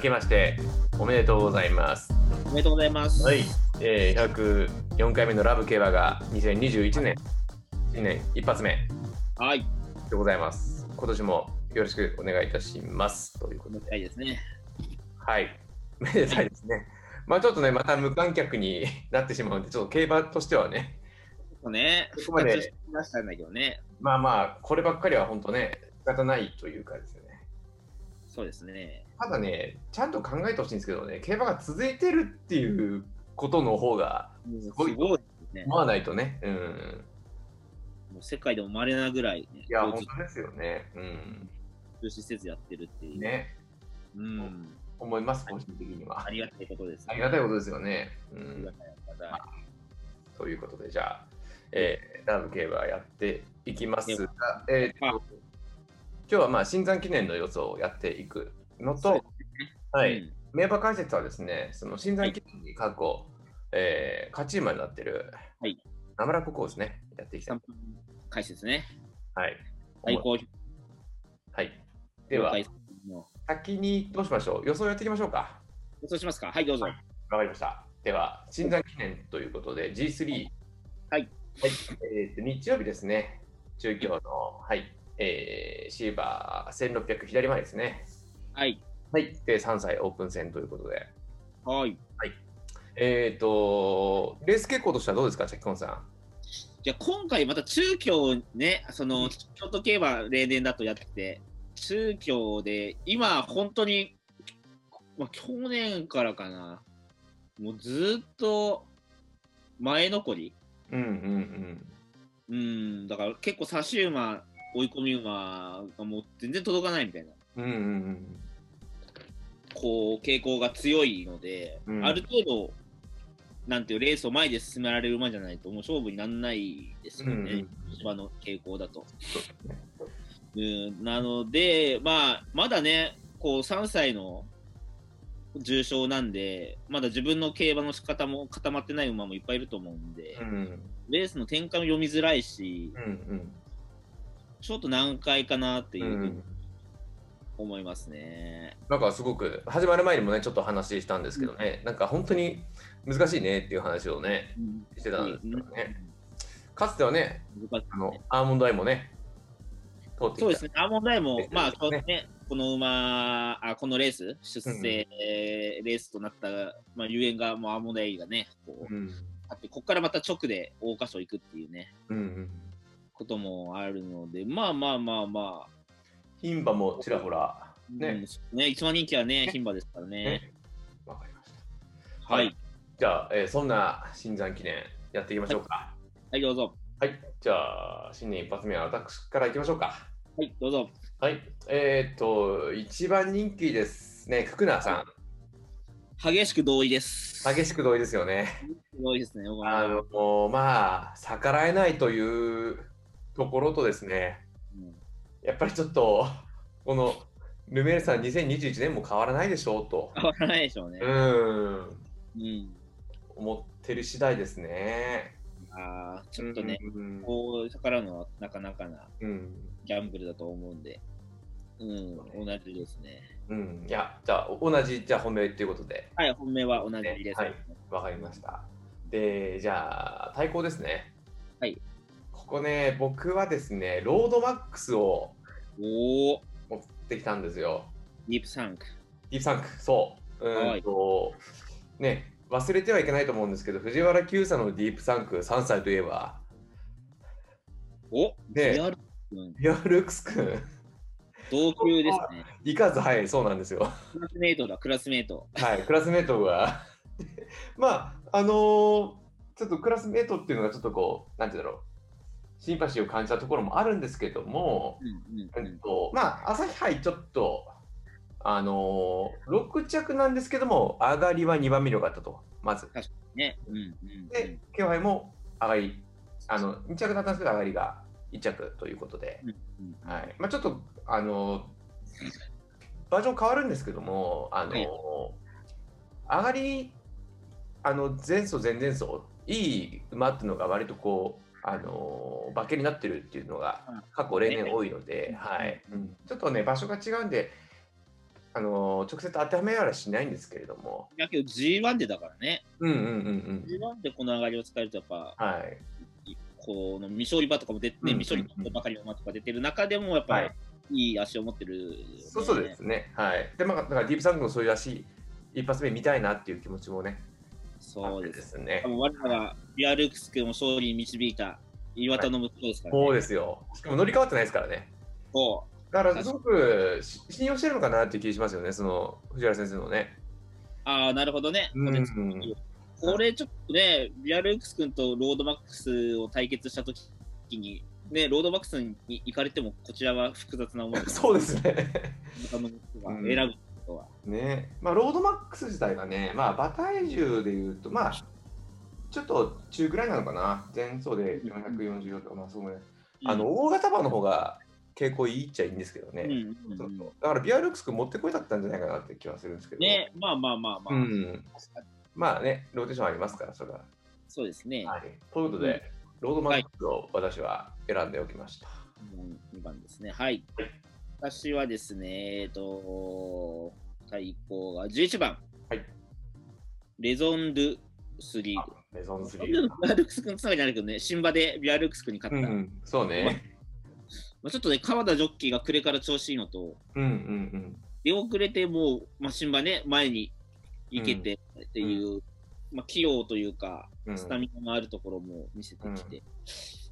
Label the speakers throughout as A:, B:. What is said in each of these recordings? A: けましておめでとうございます。
B: おめでとうございます。
A: はい、えー、104回目のラブ競馬が2021年、新年一発目
B: はい。
A: でございます。今年もよろしくお願いいたします。ということ
B: め
A: で、
B: でたいですね。
A: はい、めでたいですね。まあちょっとね、また無観客になってしまうんで、ちょっと競馬としてはね、
B: そうね。
A: ここ
B: 復
A: まで
B: 活してきましたんだけどね。
A: まあまあ、こればっかりは本当ね、仕方ないというかですね。
B: そうですね。
A: ただね、ちゃんと考えてほしいんですけどね、競馬が続いてるっていうことの方が
B: す
A: ごい
B: ごいですね。
A: 思わないとね、うん。
B: もう世界でも稀なぐらい、ね、
A: いや、本
B: 交通
A: 当ですよね。うん。
B: 中止せずやってるっていう。
A: ね、
B: うん。
A: 思います、個人的には
B: あ。りがたいことです、
A: ありがたいことですよね。うん。
B: ま
A: ということで、じゃあ、えーラブ競馬やっていきますが、えー
B: まあ
A: と今日はまあ、新山記念の予想をやっていくの
B: そう
A: と
B: で、あ
A: はい、
B: うん
A: 名場解説はですね、その新山記念に過去、えー勝ち馬になってる、
B: はい、
A: ナムラココをですね、やっていきた
B: 3
A: い
B: 分。解説ね。
A: はい。
B: 最高評
A: はい。では
B: 解、説の
A: 先にどうしましょう予想やっていきましょうか。
B: 予想しますかはい、どうぞ。
A: わかりました。では、新山記念ということで、G3。
B: はい
A: えーと日曜日ですね、中京の、はいえーシーバー1600左前ですね。
B: はい。
A: はい。で、3歳オープン戦ということで。
B: はい。
A: えっ、と、レース結構としてはどうですか、チャキコンさん。
B: じゃあ今回また中京をね、その、京都競馬例年だとやってて、中京で、今本当に、まあ、去年からかな、もうずっと前残り。
A: うんうんうん。
B: うん、だから結構差し馬、追い込み馬がもう全然届かないみたいな。
A: うんうんうん。
B: こう傾向が強いので、
A: うん
B: ある程度なんていうレースを前で進められる馬じゃないともう勝負にならないですよ
A: うんう
B: ね
A: ん、
B: 芝、の傾向だと。うん、なので、まあ、まだね、こう3歳の重症なんで、まだ自分の競馬の仕方も固まってない馬もいっぱいいると思うんで
A: う、ん
B: レースの展開も読みづらいし、
A: うん
B: ちょっと難解かなって
A: う
B: い
A: ん。う
B: うふうに
A: ん
B: 思いますね。
A: なんかすごく始まる前にもねちょっと話したんですけどね、なんか本当に難しいねっていう話をね
B: うん
A: してたんですけどね、かつてはね
B: 難しい
A: あのアーモンドアイもね通ってきた
B: そうですね、アーモンドアイも、
A: ですよね
B: まあ、そうですね、この馬、あこのレース、出
A: うんうん
B: 世レースとなった、まあ、ゆえんが、もうアーモンドアイがね、こう
A: うん
B: あって、ここからまた直で桜花賞行くっていうね、
A: うんうん
B: こともあるので、まあまあまあまあ、
A: 牝馬もちらほら
B: うん
A: ね、
B: そうね一番人気はね、牝馬ですからね。
A: ねわかりましたは
B: はい、は
A: い
B: い、
A: じゃあ、えーそんな新山記念やっていきましょうか
B: どうぞ。
A: はい、じゃあ新年一発目は私からいきましょうか
B: はい、どうぞ。
A: はいえっ、と一番人気ですね福名さん
B: 激しく同意です。
A: 激しく同意ですよね
B: く同意ですね、僕は
A: あのまあ逆らえないというところとですね
B: うん
A: やっぱりちょっとこのルメールさん2021年も変わらないでしょうと
B: 変わらないでしょうね
A: う。ーん
B: うん。
A: 思ってる次第ですね
B: あーちょっとね、
A: うん
B: こう、逆らうのはなかなかな。
A: うん、
B: ギャンブルだと思うんで、うん、同じですね。
A: うん、いやじゃあ同じじゃあ本命ということで
B: はい、本命は同じです。
A: はいわかりましたでじゃあ対抗ですね
B: はい
A: ここね僕はですねロードマックスを
B: おお、
A: 持ってきたんですよ
B: ディープサンク。
A: ディープサンク、そう。うーんと、ね、忘れてはいけないと思うんですけど、藤原久さんのディープサンク、3歳といえば、
B: お
A: で
B: リアル君、
A: リアルックス君、
B: 同級ですね。
A: いかず早い、そうなんですよ。
B: クラスメートだ、クラスメート。
A: はい、クラスメートが。 まあ、あのーちょっとクラスメートっていうのが、ちょっとこう、なんていうんだろう、シンパシーを感じたところもあるんですけども
B: う、ん
A: う
B: うんうんん。
A: と、まあ、朝日杯ちょっと、あのー、6着なんですけども、上がりは2番目に良かったと、まず。
B: ね、うんうん
A: で、気配も上がり、あの2着だったんですけど、上がりが1着ということで、
B: うん。うん
A: はいまあ、ちょっとあのバージョン変わるんですけども、あの
B: はい
A: 上がり、あの前走、前々走、いい馬っていうのが割とこう、あの馬券になってるっていうのが過去例年多いので、
B: うん
A: はいちょっとね、場所が違うんで、あの直接当てはめはしないんですけれども、
B: だけど G1 でだからね。
A: うんうんうんうん。
B: G1 でこの上がりを使えるとやっぱ、
A: はい。
B: この未勝利馬とかも出て、
A: うんうんうん
B: 未勝利馬ばかりの馬とか出てる中でも、やっぱ
A: は
B: り、
A: い。
B: いい足を持ってる、
A: そうそうです。ね。はい。で、まあ、だからディープサンクのそういう足、一発目見たいなっていう気持ちもね、
B: そう
A: あっ
B: で。
A: てですすね
B: 多。分我らがビアルークス君を勝利に導いた岩田の息子ですからね。
A: そうですよ。しかも乗り換わってないですからね。
B: そ
A: だか、
B: 確からに
A: すごくし信用してるのかなっていう気がしますよね、その藤原先生のね。
B: うああ、なるほどね。
A: うん
B: これこれちょっとね、ビアルークス君とロードマックスを対決したときに、ね、ロードマックスに行かれても、こちらは複雑な思いを
A: そうですね。
B: 岩田の息子が
A: うん
B: 選ぶことは。
A: ねまあ、ロードマックス自体がね、まあ、馬体重でいうと、まあ、ちょっと中くらいなのかな、前走で444とか、まあ、そうね、あの大型馬の方が傾向いいっちゃいいんですけど
B: うん、う
A: ね、
B: んうん
A: そうそうだからビアルックス君持ってこいだったんじゃないかなって気はするんですけど、
B: ね、まあまあまあまあ、
A: うん、まあね、ローテーションありますから、それは。
B: そうですね。
A: はい、ということで、ロードマックスを私は選んでおきました。
B: 2番ですね。はい。私はですね、えっと、対抗が11番。
A: はい
B: レゾンドゥスリーグ。
A: メゾン
B: レ
A: ス
B: ゾン
A: リ
B: ドゥ
A: ー
B: の。ビアルクス君つながりじゃないけどね、新馬でビアルクス君に勝
A: う
B: った。
A: ん、そうね。
B: まあ、ちょっとね、川田ジョッキーが暮れから調子いいのと、
A: うんうんうん。
B: 出遅れてもう、まあ、新馬ね、前に行けてっていう、まあ、器用というか、
A: うん
B: スタミナのあるところも見せてきて、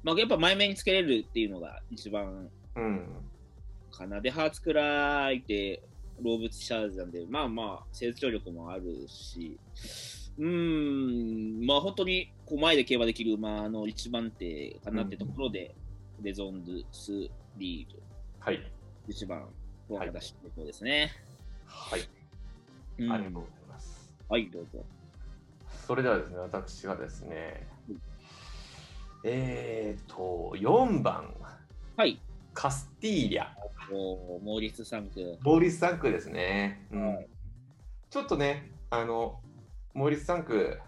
B: まあ、やっぱ前面につけれるっていうのが一番
A: うん
B: かな。で、ハーツクライて、ローブツシャーズなんで、まあまあ、成長力もあるし、うーん、まあ本当にこう前で競馬できる馬の一番手かなってところで、レゾンドゥスリー
A: はい。
B: ド、一番を果たしてそうですね。
A: はい。
B: うん
A: ありがとうございます。
B: はい、どうぞ。
A: それではですね、私がですね、えーと、4番、
B: はい、
A: カスティーリャ、
B: おーモーリス・サンク。
A: モーリス・サンクですね。うん
B: はい
A: ちょっとね、あの、モーリス・サンク、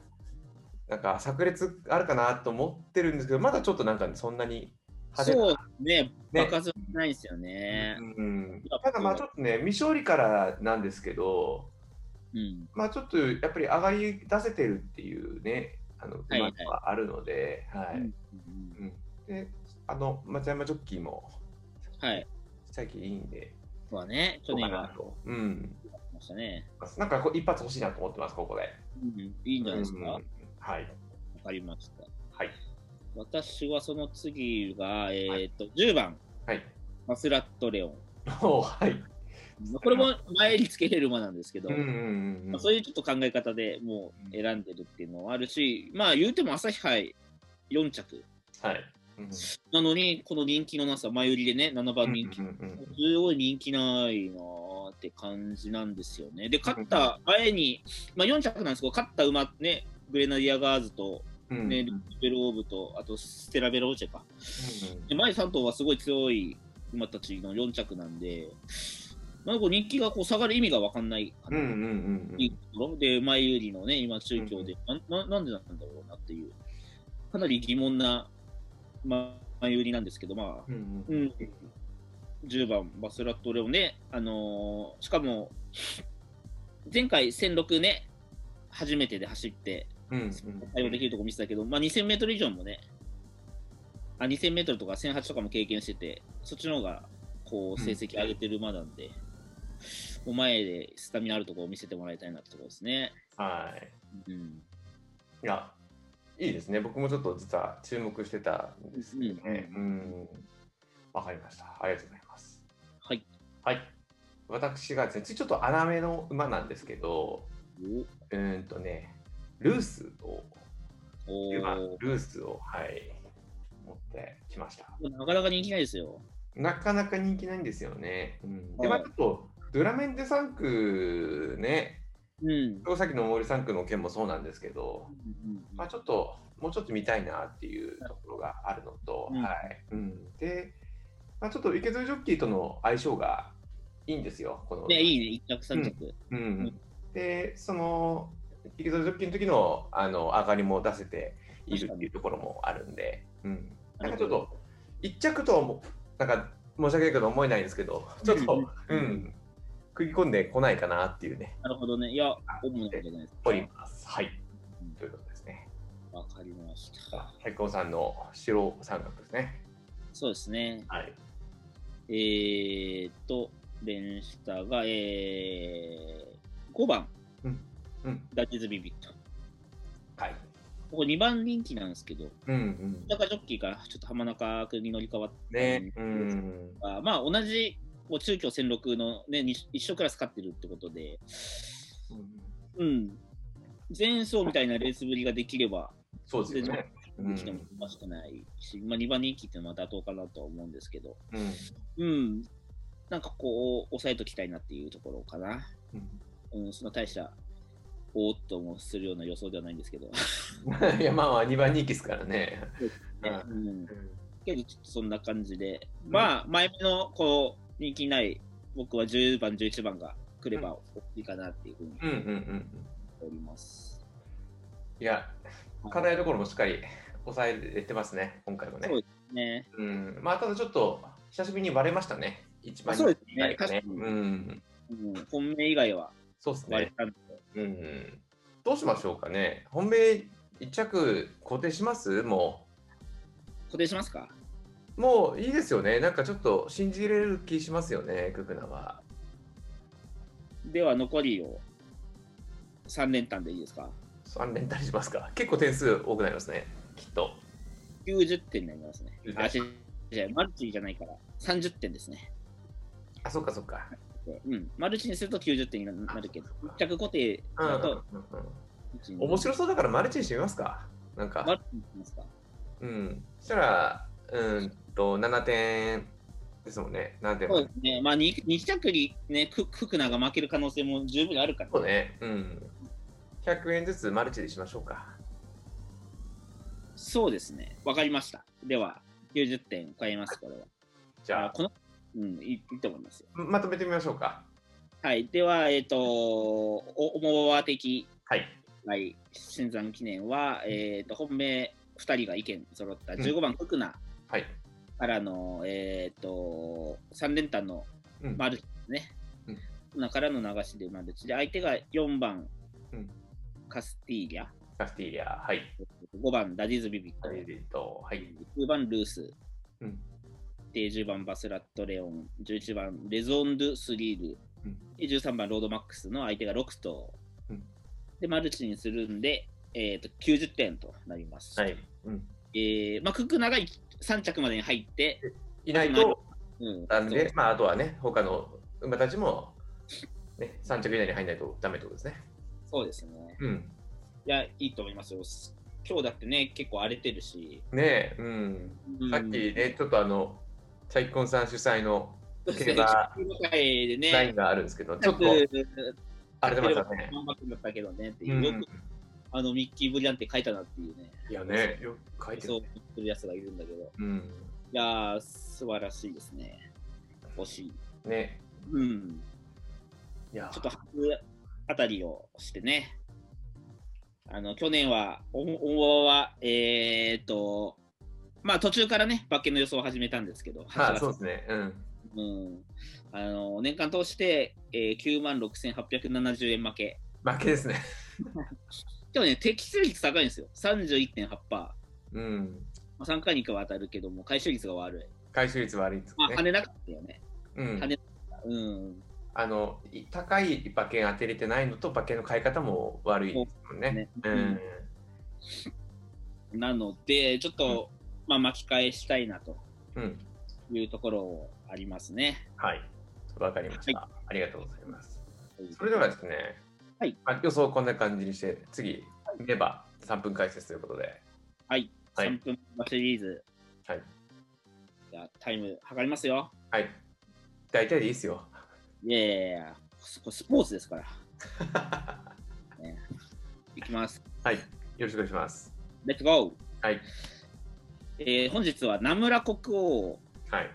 A: なんか炸裂あるかなと思ってるんですけど、まだちょっとなんかね、そんなに派手な
B: そうね、
A: ね
B: 爆発はないですよね。
A: うん、ただまあちょっとね、未勝利からなんですけど、
B: うん。
A: まあちょっとやっぱり上がり出せてるっていうね、あの、
B: はいはいう
A: まさはあるので、はい。
B: うん
A: うんで、あの、松山ジョッキーも
B: はい。
A: 最近いいんで、
B: そうだね、去
A: どうか
B: 年
A: な
B: は
A: と。うん。
B: やってましたね。
A: なんかこう一発欲しいなと思ってます、ここで。
B: うん、いいんじゃないですか。
A: うんはい。
B: わかりました。
A: はい。
B: 私はその次が、えっ、と、10番、
A: はい。
B: マスラットレオン。
A: おーはい。
B: まあこれも前につけれる馬なんですけど、
A: うんうんうんう
B: まあ
A: ん。
B: そういうちょっと考え方でもう選んでるっていうのもあるし、まあ言うても朝日杯4着
A: はい。うん
B: なのに、この人気のなさ、前売りでね、7番人気。
A: うんうんうん
B: すごい人気ないなーって感じなんですよね。で、勝った前に、まあ4着なんですけど、勝った馬ね、グレナディアガーズと、
A: うん
B: ね
A: うんうん
B: ベルオーブと、あとステラベローチェか。で前3頭はすごい強い馬たちの4着なんで、なんかこう人気がこう下がる意味が分かんないか
A: うんう
B: な、
A: んうん
B: いうところで、前有利のね、今、中京で、なななんでなんだろうなっていう、かなり疑問な、まあ、前有利なんですけど、まあ、
A: うんうん
B: う
A: うん
B: ん、10番、バスラットレオね、あのーしかも、前回、1006ね、初めてで走って、
A: うんうん
B: 対応できるとこ見せたけど、まあ、2000メートル以上もね、あ2000メートルとか1008とかも経験してて、そっちの方がこう成績上げてる馬なんで、お前でスタミナあるとこを見せてもらいたいなってところですね。
A: はい。
B: うん。
A: いや、いいですね。僕もちょっと実は注目してたんですけどね。
B: う
A: うん。わかりました。ありがとうございます。
B: はい。
A: はい。私がですね、ちょっと穴目の馬なんですけど、うーんとね、ルースを、
B: おお
A: ル
B: ー
A: ースを、はい、持ってきました。
B: なかなか人気ないですよ。
A: なかなか人気ないんですよね。うん、で、ま
B: はい
A: あちょっと、ドゥラメンテ3区ね、
B: うん。
A: さっきの森3区の件もそうなんですけど、まあ、ちょっともうちょっと見たいなっていうところがあるのと、
B: うん
A: はいうん、で、まあ、ちょっと池添ジョッキーとの相性がいいんですよ、この。
B: ね、いいね、一着三着。
A: うんで、その池添ジョッキーの時のあの上がりも出せているっていうところもあるんで、うん、なんかちょっと一着とはもなんか申し訳ないけど思えないんですけど、ちょっと、
B: う
A: うんん食い込んでこないかなっていうね、
B: なるほどね。いや、主なことじゃないですか。
A: おります。はい。ということですね。
B: わかりました。
A: 最高さんの白三角ですね。
B: そうですね。
A: はい。
B: えーっと、ベンスターが、えー、5番、
A: うん。
B: ダチズビビット。
A: はい。
B: ここ2番人気なんですけど、
A: うんうん。
B: だからジョッキーがちょっと浜中君に乗り換わって、
A: ね。うん。
B: あまあ同じこう中京戦六の、ね、に一緒クラス勝ってるってことで、うん、前走みたいなレースぶりができれば、
A: そうですよね。うん
B: 来てもおかしくないし、まあ、2番人気っていうのは妥当かなとは思うんですけど、
A: うん。
B: うん、なんかこう、抑えときたいなっていうところかな。
A: うん
B: うん、その大した、おーっともするような予想ではないんですけど、
A: いやまあまあ2番人気ですからね。う
B: うん、
A: う
B: けどちょっとそんな感じで、まあ、前目のこう人気ない、僕は10番、11番が来ればいいかなっていうふうに
A: んうんうん。
B: 思います。
A: いや、課題のところもしっかり抑えれてますね、今回もね
B: そう。ね。
A: うん。まあただちょっと久しぶりに割れましたね。一番
B: そう
A: 人
B: で
A: 気
B: すね
A: がね。
B: 確かに
A: うん。
B: うん、本命以外は
A: そうです
B: 割れ
A: ね。
B: たんで、
A: うん。どうしましょうかね。本命一着固定しますも
B: 固定しますか
A: う。もういいですよね。なんかちょっと信じれる気しますよね、ククナは。
B: では残りを3連単でいいですか
A: 3連単にしますか。結構点数多くなりますね、きっと。
B: ?90 点になりますね。
A: 90
B: あ、違う違う、マルチじゃないから30点ですね。
A: あ、そっかそっか。
B: うん、マルチにすると90点になるけど、1着固定
A: うん
B: だと、
A: うんうんうん
B: 1 2
A: 面白そうだからマルチにしてみますか。なん
B: マ
A: か、
B: ルチにしますか
A: うん。そしたら、うーんと、7点ですもんね。7点
B: そう
A: も
B: で。すね、まあ、2, 二着にね、クククナが負ける可能性も十分あるから、
A: そうね。うん。100円ずつマルチにしましょうか。
B: そうですね、わかりました。では、90点超えます、これは。
A: じゃあ、
B: この、うん、いいいいと思いますよ。
A: まとめてみましょうか。
B: はい、では、えっ、と、おおもわ的、
A: はい。
B: はい、新山記念は、えっ、と、本命2人が意見揃った
A: ん
B: 15番、ククナ
A: はい。
B: からの、えっ、と、3連単の
A: うん
B: マルチですね。
A: うん
B: ククナからの流しでマルチで、相手が4番、
A: うん
B: カスティーリャ。
A: カスティーリア、はい。
B: 5番、ダディズ・ビビット
A: ダ。ビディと、はい。
B: 9番、ルース。
A: うん
B: で、10番、バスラット・レオン。11番、レゾンドゥ・スリール。
A: うん
B: で、13番、ロード・マックスの相手が6頭。
A: うん
B: で、マルチにするんで、えー、と90点となります。
A: はい。うん。
B: えーまあ、ククナが3着までに入って、
A: いないと、
B: うん
A: なん
B: そう
A: で、まあ、あとはね、他の馬たちも、ね、3着以内に入らないとダメってことですね。
B: そうですね。
A: うん。
B: いや、いいと思いますよ。今日だってね、結構荒れてるし。
A: ねえ、うん。
B: うん
A: さっきね、ちょっとあの、チャイコンさん主催の
B: そうです
A: 競
B: ね
A: 馬
B: 9回でね、
A: ラインがあるんですけど、ちょっと
B: と
A: 荒れてましたね。
B: 頑張ってもらったけどねって
A: う
B: いう、よ
A: ん
B: く、あのミッキー・ブリアンって書いたなっていうね、
A: いやね、よく書いて
B: そう
A: る。
B: 言ってるやつがいるんだけど、い
A: うん。
B: やー、素晴らしいですね。惜しい。
A: ね。
B: うん。
A: いや
B: ちょっと初あたりをしてね、あの、去年は、おおは、えーっと、まあ途中からね、馬券の予想を始めたんですけど、
A: は
B: 8
A: い、そう
B: 月
A: ですね。うん。
B: うん、あの年間通して、えー、9万6870円負け。
A: 負けですね。
B: でもね、適正率高いんですよ。31.8%。
A: うん。
B: まあ、3回に1回は当たるけども、回収率が悪い。
A: 回収率悪いです
B: まあ、跳
A: ね。
B: ねなかったよね。
A: うん
B: 跳。ねなかった。うん。
A: あの、い高い馬券当てれてないのと、馬券の買い方も悪いですもんね。
B: ね
A: う。
B: うんなので、ちょっと、まあ、巻き返したいなと
A: うん。
B: いうところありますね。
A: はい。わかりまし
B: は
A: た。ありがとうございます。それではですね、
B: はい
A: まあ、予想をこんな感じにして、次、レバー3分解説ということで、
B: はい。
A: はい
B: 3分のシリーズ。
A: はい。
B: じゃあタイム測りますよ。
A: はい。大体でいいですよ。
B: いやいやいや、これスポーツですから。
A: は
B: 行きます。
A: い。よろしくお願いします。
B: レッツゴー
A: はい。
B: えー本日は名村国王を
A: はい。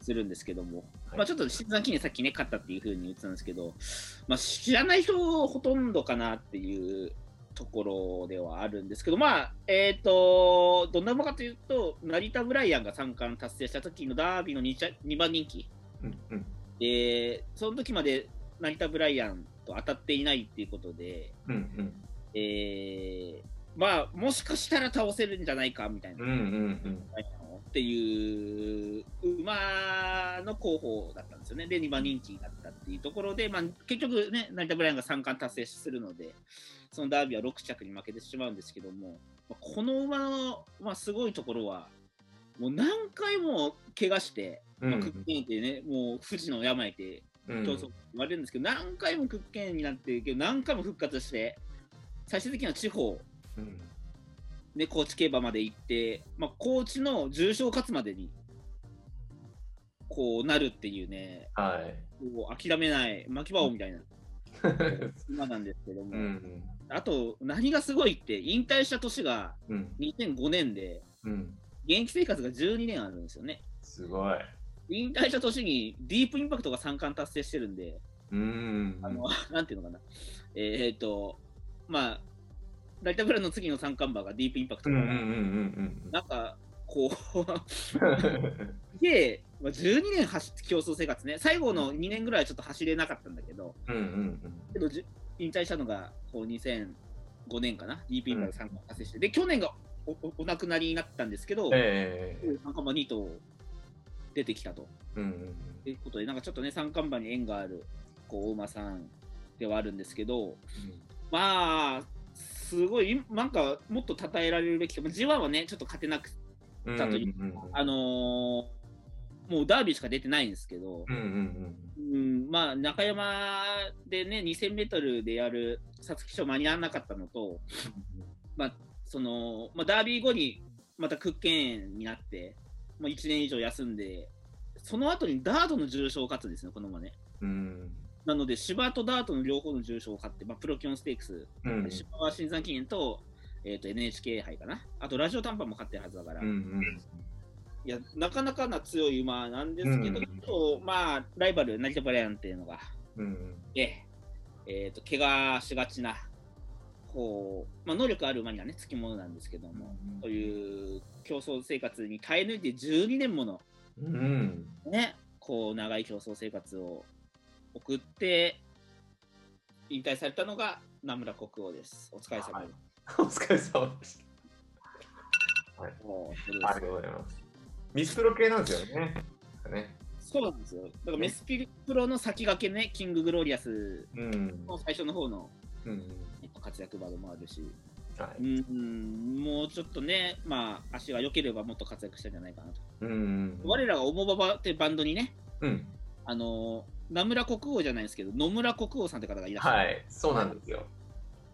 B: するんですけども、
A: はい
B: まあ、ちょっと新山記念さっきね、勝ったっていうふうに言ってたんですけど、まあ、知らない人ほとんどかなっていうところではあるんですけど、まあ、えっ、と、どんな馬かというと、成田ブライアンが三冠達成した時のダービーの 2, 着2番人気
A: うんうん。
B: で、その時まで成田ブライアンと当たっていないっていうことで、
A: うんうん
B: えーまあ、もしかしたら倒せるんじゃないかみたいな、
A: うんうん
B: っていう馬の候補だったんですよね。で、2番人気だったっていうところで、まあ、結局ね、成田ブライアンが3冠達成するので、そのダービーは6着に負けてしまうんですけども、まあこの馬の、まあ、すごいところは、もう何回も怪我して、
A: う
B: まあク
A: ん
B: ッケンってね、もう富士の病で
A: うん
B: 競争言われるんですけど、何回もクッケンになってるけど、何回も復活して、最終的には地方、
A: うん
B: ね、高知競馬まで行って、まあ、高知の重賞勝つまでに、こうなるっていうね、
A: はい
B: こう諦めない、巻き場王みたいな馬なんですけども、
A: うん
B: あと、何がすごいって、引退した年が
A: うん
B: 2005年で、
A: うん
B: 現役生活が12年あるんですよね。
A: すごい
B: 引退した年にディープインパクトが3冠達成してるんで、
A: うん
B: あの、なんていうの かな。えっ、と、まあ、ライタブラの次の三冠馬がディープインパクト
A: うん
B: だ
A: う
B: か
A: ん
B: ら、
A: うん
B: なんか、こう、
A: うん
B: で、まあ12年走って競争生活ね、最後の2年ぐらいはちょっと走れなかったんだけど、
A: うんうん
B: けど、じゅ引退したのがこう2005年かな、ディープインパクト三冠達成して、で、去年がおおお亡くなりになったんですけど、
A: ええ
B: 三冠馬2頭出てきたと。
A: うん
B: ということで、なんかちょっとね、三冠馬に縁がある、こう、お馬さんではあるんですけど、まあ、すごい、なんかもっと称えられるべきと、G1 はね、ちょっと勝てなく、
A: うん
B: ちゃんと言あのーもうダービーしか出てないんですけど、
A: うんうん
B: うん、まあ、中山でね、2000メートルでやる皐月賞間に合わなかったのと、まあ、その、まあ、ダービー後にまたクッケンになって、まあ、1年以上休んで、その後にダートの重賞を勝つんですね、この馬ね。
A: うん
B: なので、芝とダートの両方の重賞を勝って、まあ、プロキオンステークス
A: うんうん
B: 芝は新山記念と,、えー、と NHK 杯かな、あとラジオ短波も勝ってるはずだから、
A: うんうん
B: いやなかなかな強い馬なんですけど、
A: うん
B: ちょっとまあ、ライバル、成田ブライアンっていうのが、
A: うん
B: ええーと怪我しがちな、こうまあ、能力ある馬にはね、つきものなんですけども、という競争生活に耐え抜いて12年もの、
A: うん
B: ね、こう長い競争生活を送って、引退されたのが名村国王です。お疲れ様です。
A: お疲れ様でした
B: もう
A: ありがとうございますミスプロ系なんですよねね
B: そうなんですよ。だからメスピプロの先駆けね、キンググローリアス
A: うん
B: の最初の方の
A: うん
B: やっぱ活躍場でもあるし、
A: は
B: う
A: い
B: ーん、もうちょっとね、まあ、足が良ければもっと活躍したんじゃないかなと。
A: うん
B: 我らがオモババってバンドにね、
A: うん
B: あのー、名村国王じゃないんですけど、野村国王さんって方がいらっしゃる。
A: はいそうなんですよ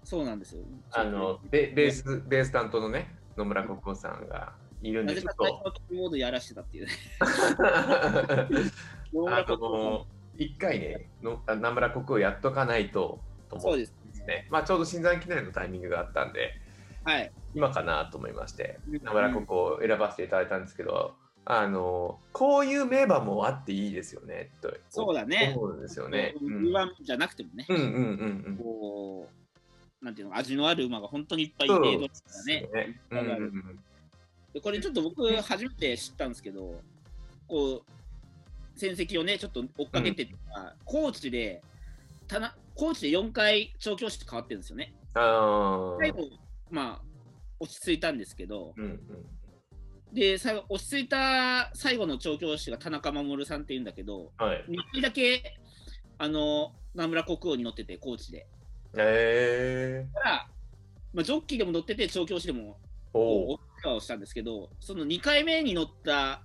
B: そうなんですよ。
A: あのベベースベース担当のね野村国夫さんがいるん
B: な
A: でち
B: ぜ
A: ょ
B: か
A: っ
B: 最
A: と
B: 初のキーボードやらしてたっていうね。 野
A: あ
B: 村国王
A: の一回ねのあ名村国をやっとかないとと
B: さん。そ
A: 思っ
B: う
A: て
B: です
A: ですねまあちょうど新山記念のタイミングがあったんで
B: はい。
A: 今かなと思いまして名村国を選ばせていただいたんですけど、あのこういう名馬もあっていいですよねと
B: そうだね
A: 思うんですよね。う
B: うん
A: ん、うん
B: 1じゃなくてもね。
A: うんうん
B: こう、なんていうの、味のある馬が本当にいっぱいい
A: そう
B: て、どっち
A: で
B: か
A: す
B: ね
A: よ。ね。うんうんうん
B: でこれちょっと僕、初めて知ったんですけど、こう、戦績をね、ちょっと追っかけてたら、高知で、たな高知で4回調教師って変わってるんですよね。
A: あ
B: 最
A: ー
B: 後、まあ、落ち着いたんですけど、
A: うん
B: で、最後、落ち着いた最後の調教師が田中守さんっていうんだけど、
A: うんはい。
B: 2回だけ、あの、名村国王に乗ってて、高知で。
A: えー、
B: だから、まあ、ジョッキーでも乗ってて、調教師でも
A: お
B: オファーをしたんですけど、その2回目に乗った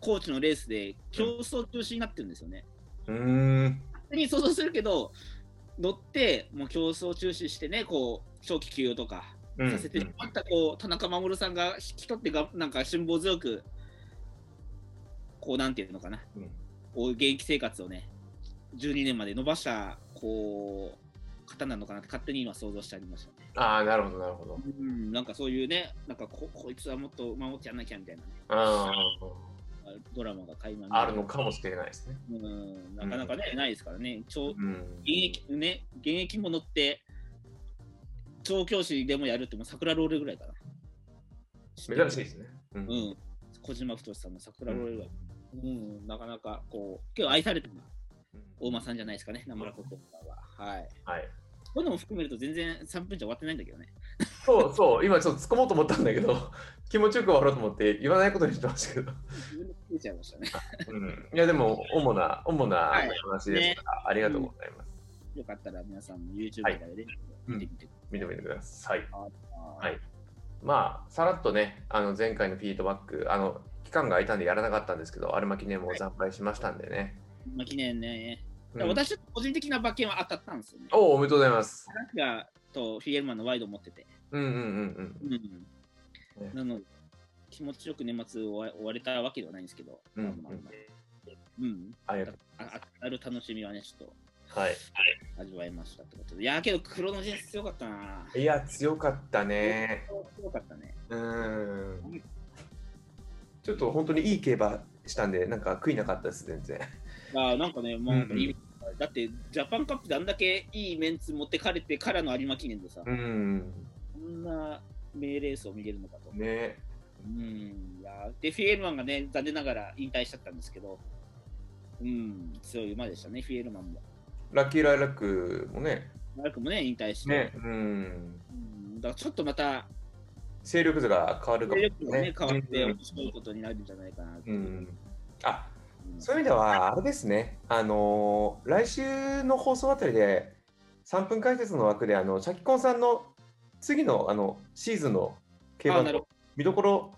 B: コーチのレースで競争中止になってるんですよね。
A: うーん
B: 普通に想像するけど、乗って、もう競争中止してね、こう、長期休養とか
A: うん
B: させてしまった、こう、田中守さんが引き取ってが、なんか辛抱強く、こう、なんていうのかな、
A: うん
B: こう現役生活をね、12年まで伸ばした、こう、方なのかなって勝手に今想像してありましたね。
A: ああなるほどなるほど。
B: うん、なんかそういうね、なんかこ、こいつはもっと守ってやんなきゃみたいなね。
A: あ
B: ドラマが垣間見
A: ああるのかもしれないですね。
B: うん、なかなかね、ないですからね、超
A: うん
B: 現役ね、現役ものって、調教師でもやるって、もう桜ロールぐらいかな。
A: 珍しいですね。う
B: う。ん、小島太さんの桜ロールぐらい。うん、なかなかこう、結構愛されてるな大間さんじゃないですかね、名村コットンさんは。はい。
A: はい。
B: こういうのも含めると全然3分じゃ終わってないんだけどね。
A: そうそう、今ちょっと突っ込もうと思ったんだけど、 気持ちよく終わろうと思って言わないことにしてましたけど。
B: 自分で切れちゃいましたね。
A: うん、いや、でも、主な、主な
B: はい
A: 話ですから、ありがとうございます。
B: よかったら皆さんも YouTube とかでね見てみてく
A: 見てみてください。
B: だ
A: は
B: さい。
A: いまあ、さらっとね、あの前回のフィードバック、あの期間が空いたんでやらなかったんですけど、有馬記念も惨敗しましたんでね。
B: まあ、記念ね。
A: うん
B: 私、個人的な馬券は当たったんですよね。
A: おお、おめでとうございます。
B: ランガとフィエルマンのワイド持ってて。
A: うんうんうん
B: うん
A: ね
B: なので、気持ちよく年末を終わ終われたわけではないんですけど、
A: うん
B: まあまあまあうん
A: ありがとう。
B: ああ当たる楽しみはね、ちょっ
A: はい。
B: と味わいましたってことで。いやーけど、黒の人生強かったな。
A: いや、強かったね。
B: 強かったね。
A: うん。ちょっと本当にいい競馬したんで、なんか悔いなかったです、全然。
B: あーなんかね、もう
A: うんうん
B: いいだって、ジャパンカップであんだけいいメンツ持ってかれてからの有馬記念でさ、
A: うん。
B: こんな名レースを見れるのかと。
A: ね。
B: うんいやーで、フィエルマンがね、残念ながら引退しちゃったんですけど、うん、強い馬でしたね、フィエルマンも。
A: ラッキーライラックもね。
B: マルクもね、引退して、
A: ね。うん。
B: うん、だからちょっとまた、
A: 勢力図が変わるかも
B: 勢力がね、変わって、
A: う
B: 面
A: ん
B: 白いことになるんじゃないかなって
A: う
B: い
A: ん。あ、
B: うん
A: そういう意味では、あれですね、あのー来週の放送あたりで、3分解説の枠で、あの、シャキコンさんの次のあのシーズンの競馬
B: あなる
A: の
B: ほ
A: 見どころ、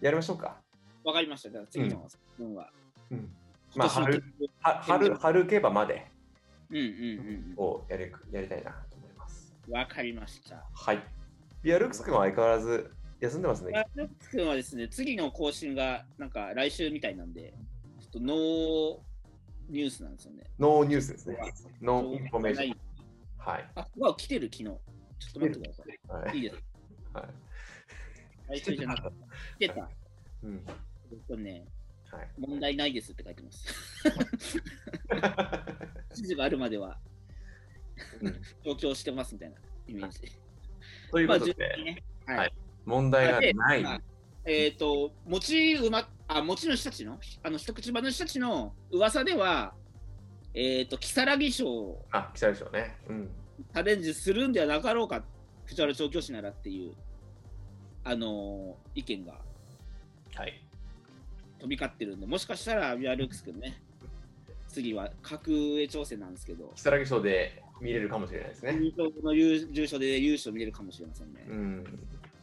A: やりましょうか。
B: わかりました、じゃあ次の分は。
A: うん、ま
B: 今
A: あ、
B: 年の
A: 春は春春競馬まで
B: うんうんうん
A: をやりやりたいなと思います。
B: うん。わかりました。
A: はい。ビアルックス君は相変わらず休んでますね。
B: ルック君はですね、次の更新が、なんか来週みたいなんで、ちょっとノーニュースなんですよね。
A: ノーニュースですね。ノーインフォメーション
B: ン。。
A: はい。
B: あ、うわ、来てる、昨日。ちょっと待ってください。
A: はい
B: い
A: い。
B: ですか。
A: はい。
B: 来週じゃなくて、来てた。
A: うん。
B: えっとね、
A: はい。
B: 問題ないですって書いてます。 指示があるまでは
A: うん、
B: 調教してますみたいなイメージ。
A: という
B: ま
A: こと
B: あ、順
A: で、
B: 番にね、はい。
A: はい問題がない。
B: まあえっ、と、持ち馬、あ、持ち主たちの、あの、一口馬の人たちの噂では、えっ、と、如月賞を
A: あ、来たでしょうね。うん。
B: チャレンジするんではなかろうか、藤原調教師ならっていう、あのー意見が
A: はい。
B: 飛び交ってるんで、もしかしたら、ビアルークス君ね、次は格上挑戦なんですけど、
A: 如月賞で見れるかもしれないですね。
B: 優勝の優重賞で優勝見れるかもしれませんね。
A: うん。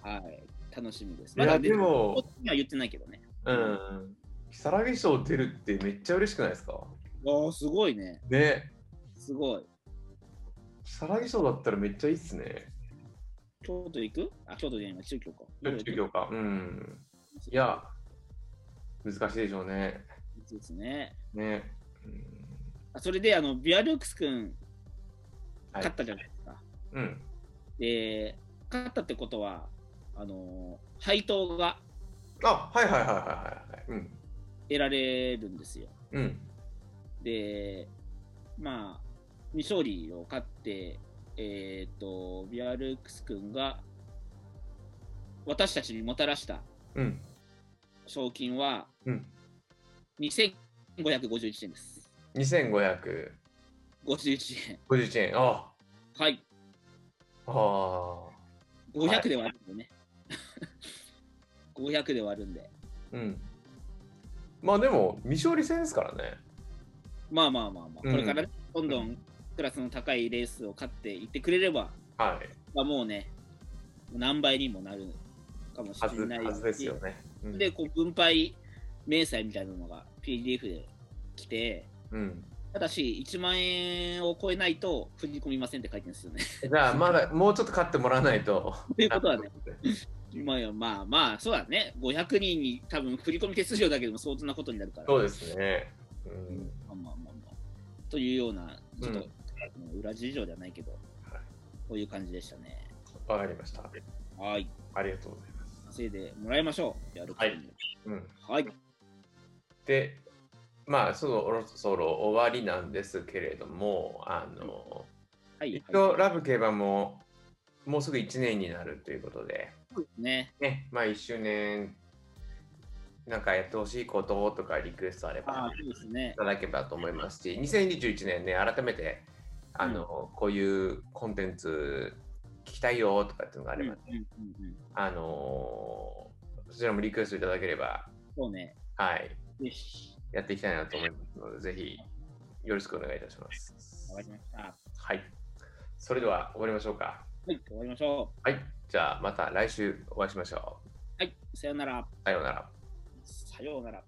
B: はい、楽しみです。
A: いや
B: まだね
A: でも
B: こっちには言ってないけどね。
A: うん。如月賞出るってめっちゃ嬉しくないですか
B: ああ、すごいね。
A: ね。
B: すごい。
A: 如月賞だったらめっちゃいいっすね。
B: 京都行くあ、京都じゃない、中京か。
A: 中京か。うん。いや、難しいでしょうね。
B: そうですね。
A: ね。うん。
B: あそれで、あの、ビアルークス君、
A: はい
B: 勝ったじゃないですか。
A: うん。
B: で、勝ったってことは、あのー配当が
A: あ、はいはいはいはいはいはい。うん。
B: 得られるんですよ。
A: うん。
B: で、まあ、未勝利を勝って、えっ、と、ビアルークス君が、私たちにもたらした
A: うん。
B: 賞金は
A: うん。
B: 2551円です。
A: 2551
B: 51円。
A: 円。あ
B: はい。
A: あ。ああ。
B: 500で割るんでね。500で割るんで。
A: うん。まあでも、未勝利戦ですからね。
B: まあまあまあまあ、
A: うん
B: これからね、どんどんクラスの高いレースを勝っていってくれれば、
A: はい。
B: まあ、もうね、何倍にもなるかもし
A: は
B: れ
A: ず
B: ない
A: はずですよね。うん
B: で、こう分配明細みたいなのが PDF で来て、
A: うん。
B: ただし1万円を超えないと振り込みませんって書いてるんですよね。
A: じゃあ、まだもうちょっと勝ってもらわないと。
B: ということはね、今やまあまあ、そうだね、500人に多分振り込み手数料だけでも相当なことになるから。
A: そうですね。うん。
B: まあまあまあまあ。というような、ちょっと、
A: うん
B: 裏事情ではないけど、こういう感じでしたね。
A: わかりました。
B: はい。
A: ありがとうございます。
B: 稼いでもらいましょう。やる
A: はい
B: に
A: うん。
B: はい。
A: で、まあ、そろそろ終わりなんですけれども、あの、
B: はい。
A: 一応、
B: はい
A: ラブ競馬も、もうすぐ1年になるということで、
B: そうですね。
A: ね、まあ1周年なんかやってほしいこととかリクエストあれば
B: ああ、いいですね
A: い。ただければと思いますし、2021年ね、改めて、あの、こういうコンテンツ聞きたいよとかっていうのがあ
B: うん
A: れ
B: うん
A: ば、
B: うんうん
A: あのーそちらもリクエストいただければ、
B: そうね。
A: はい、
B: よし。
A: やっていきたいなと思いますので、ぜひよろしくお願いいたします
B: わか。りました。は
A: はい。それでは終わりましょうか。
B: い、終わりましょ
A: はい。じゃあ、また来週お会いしましょう。
B: う。はい、さようなら。
A: さようなら。
B: さようなら。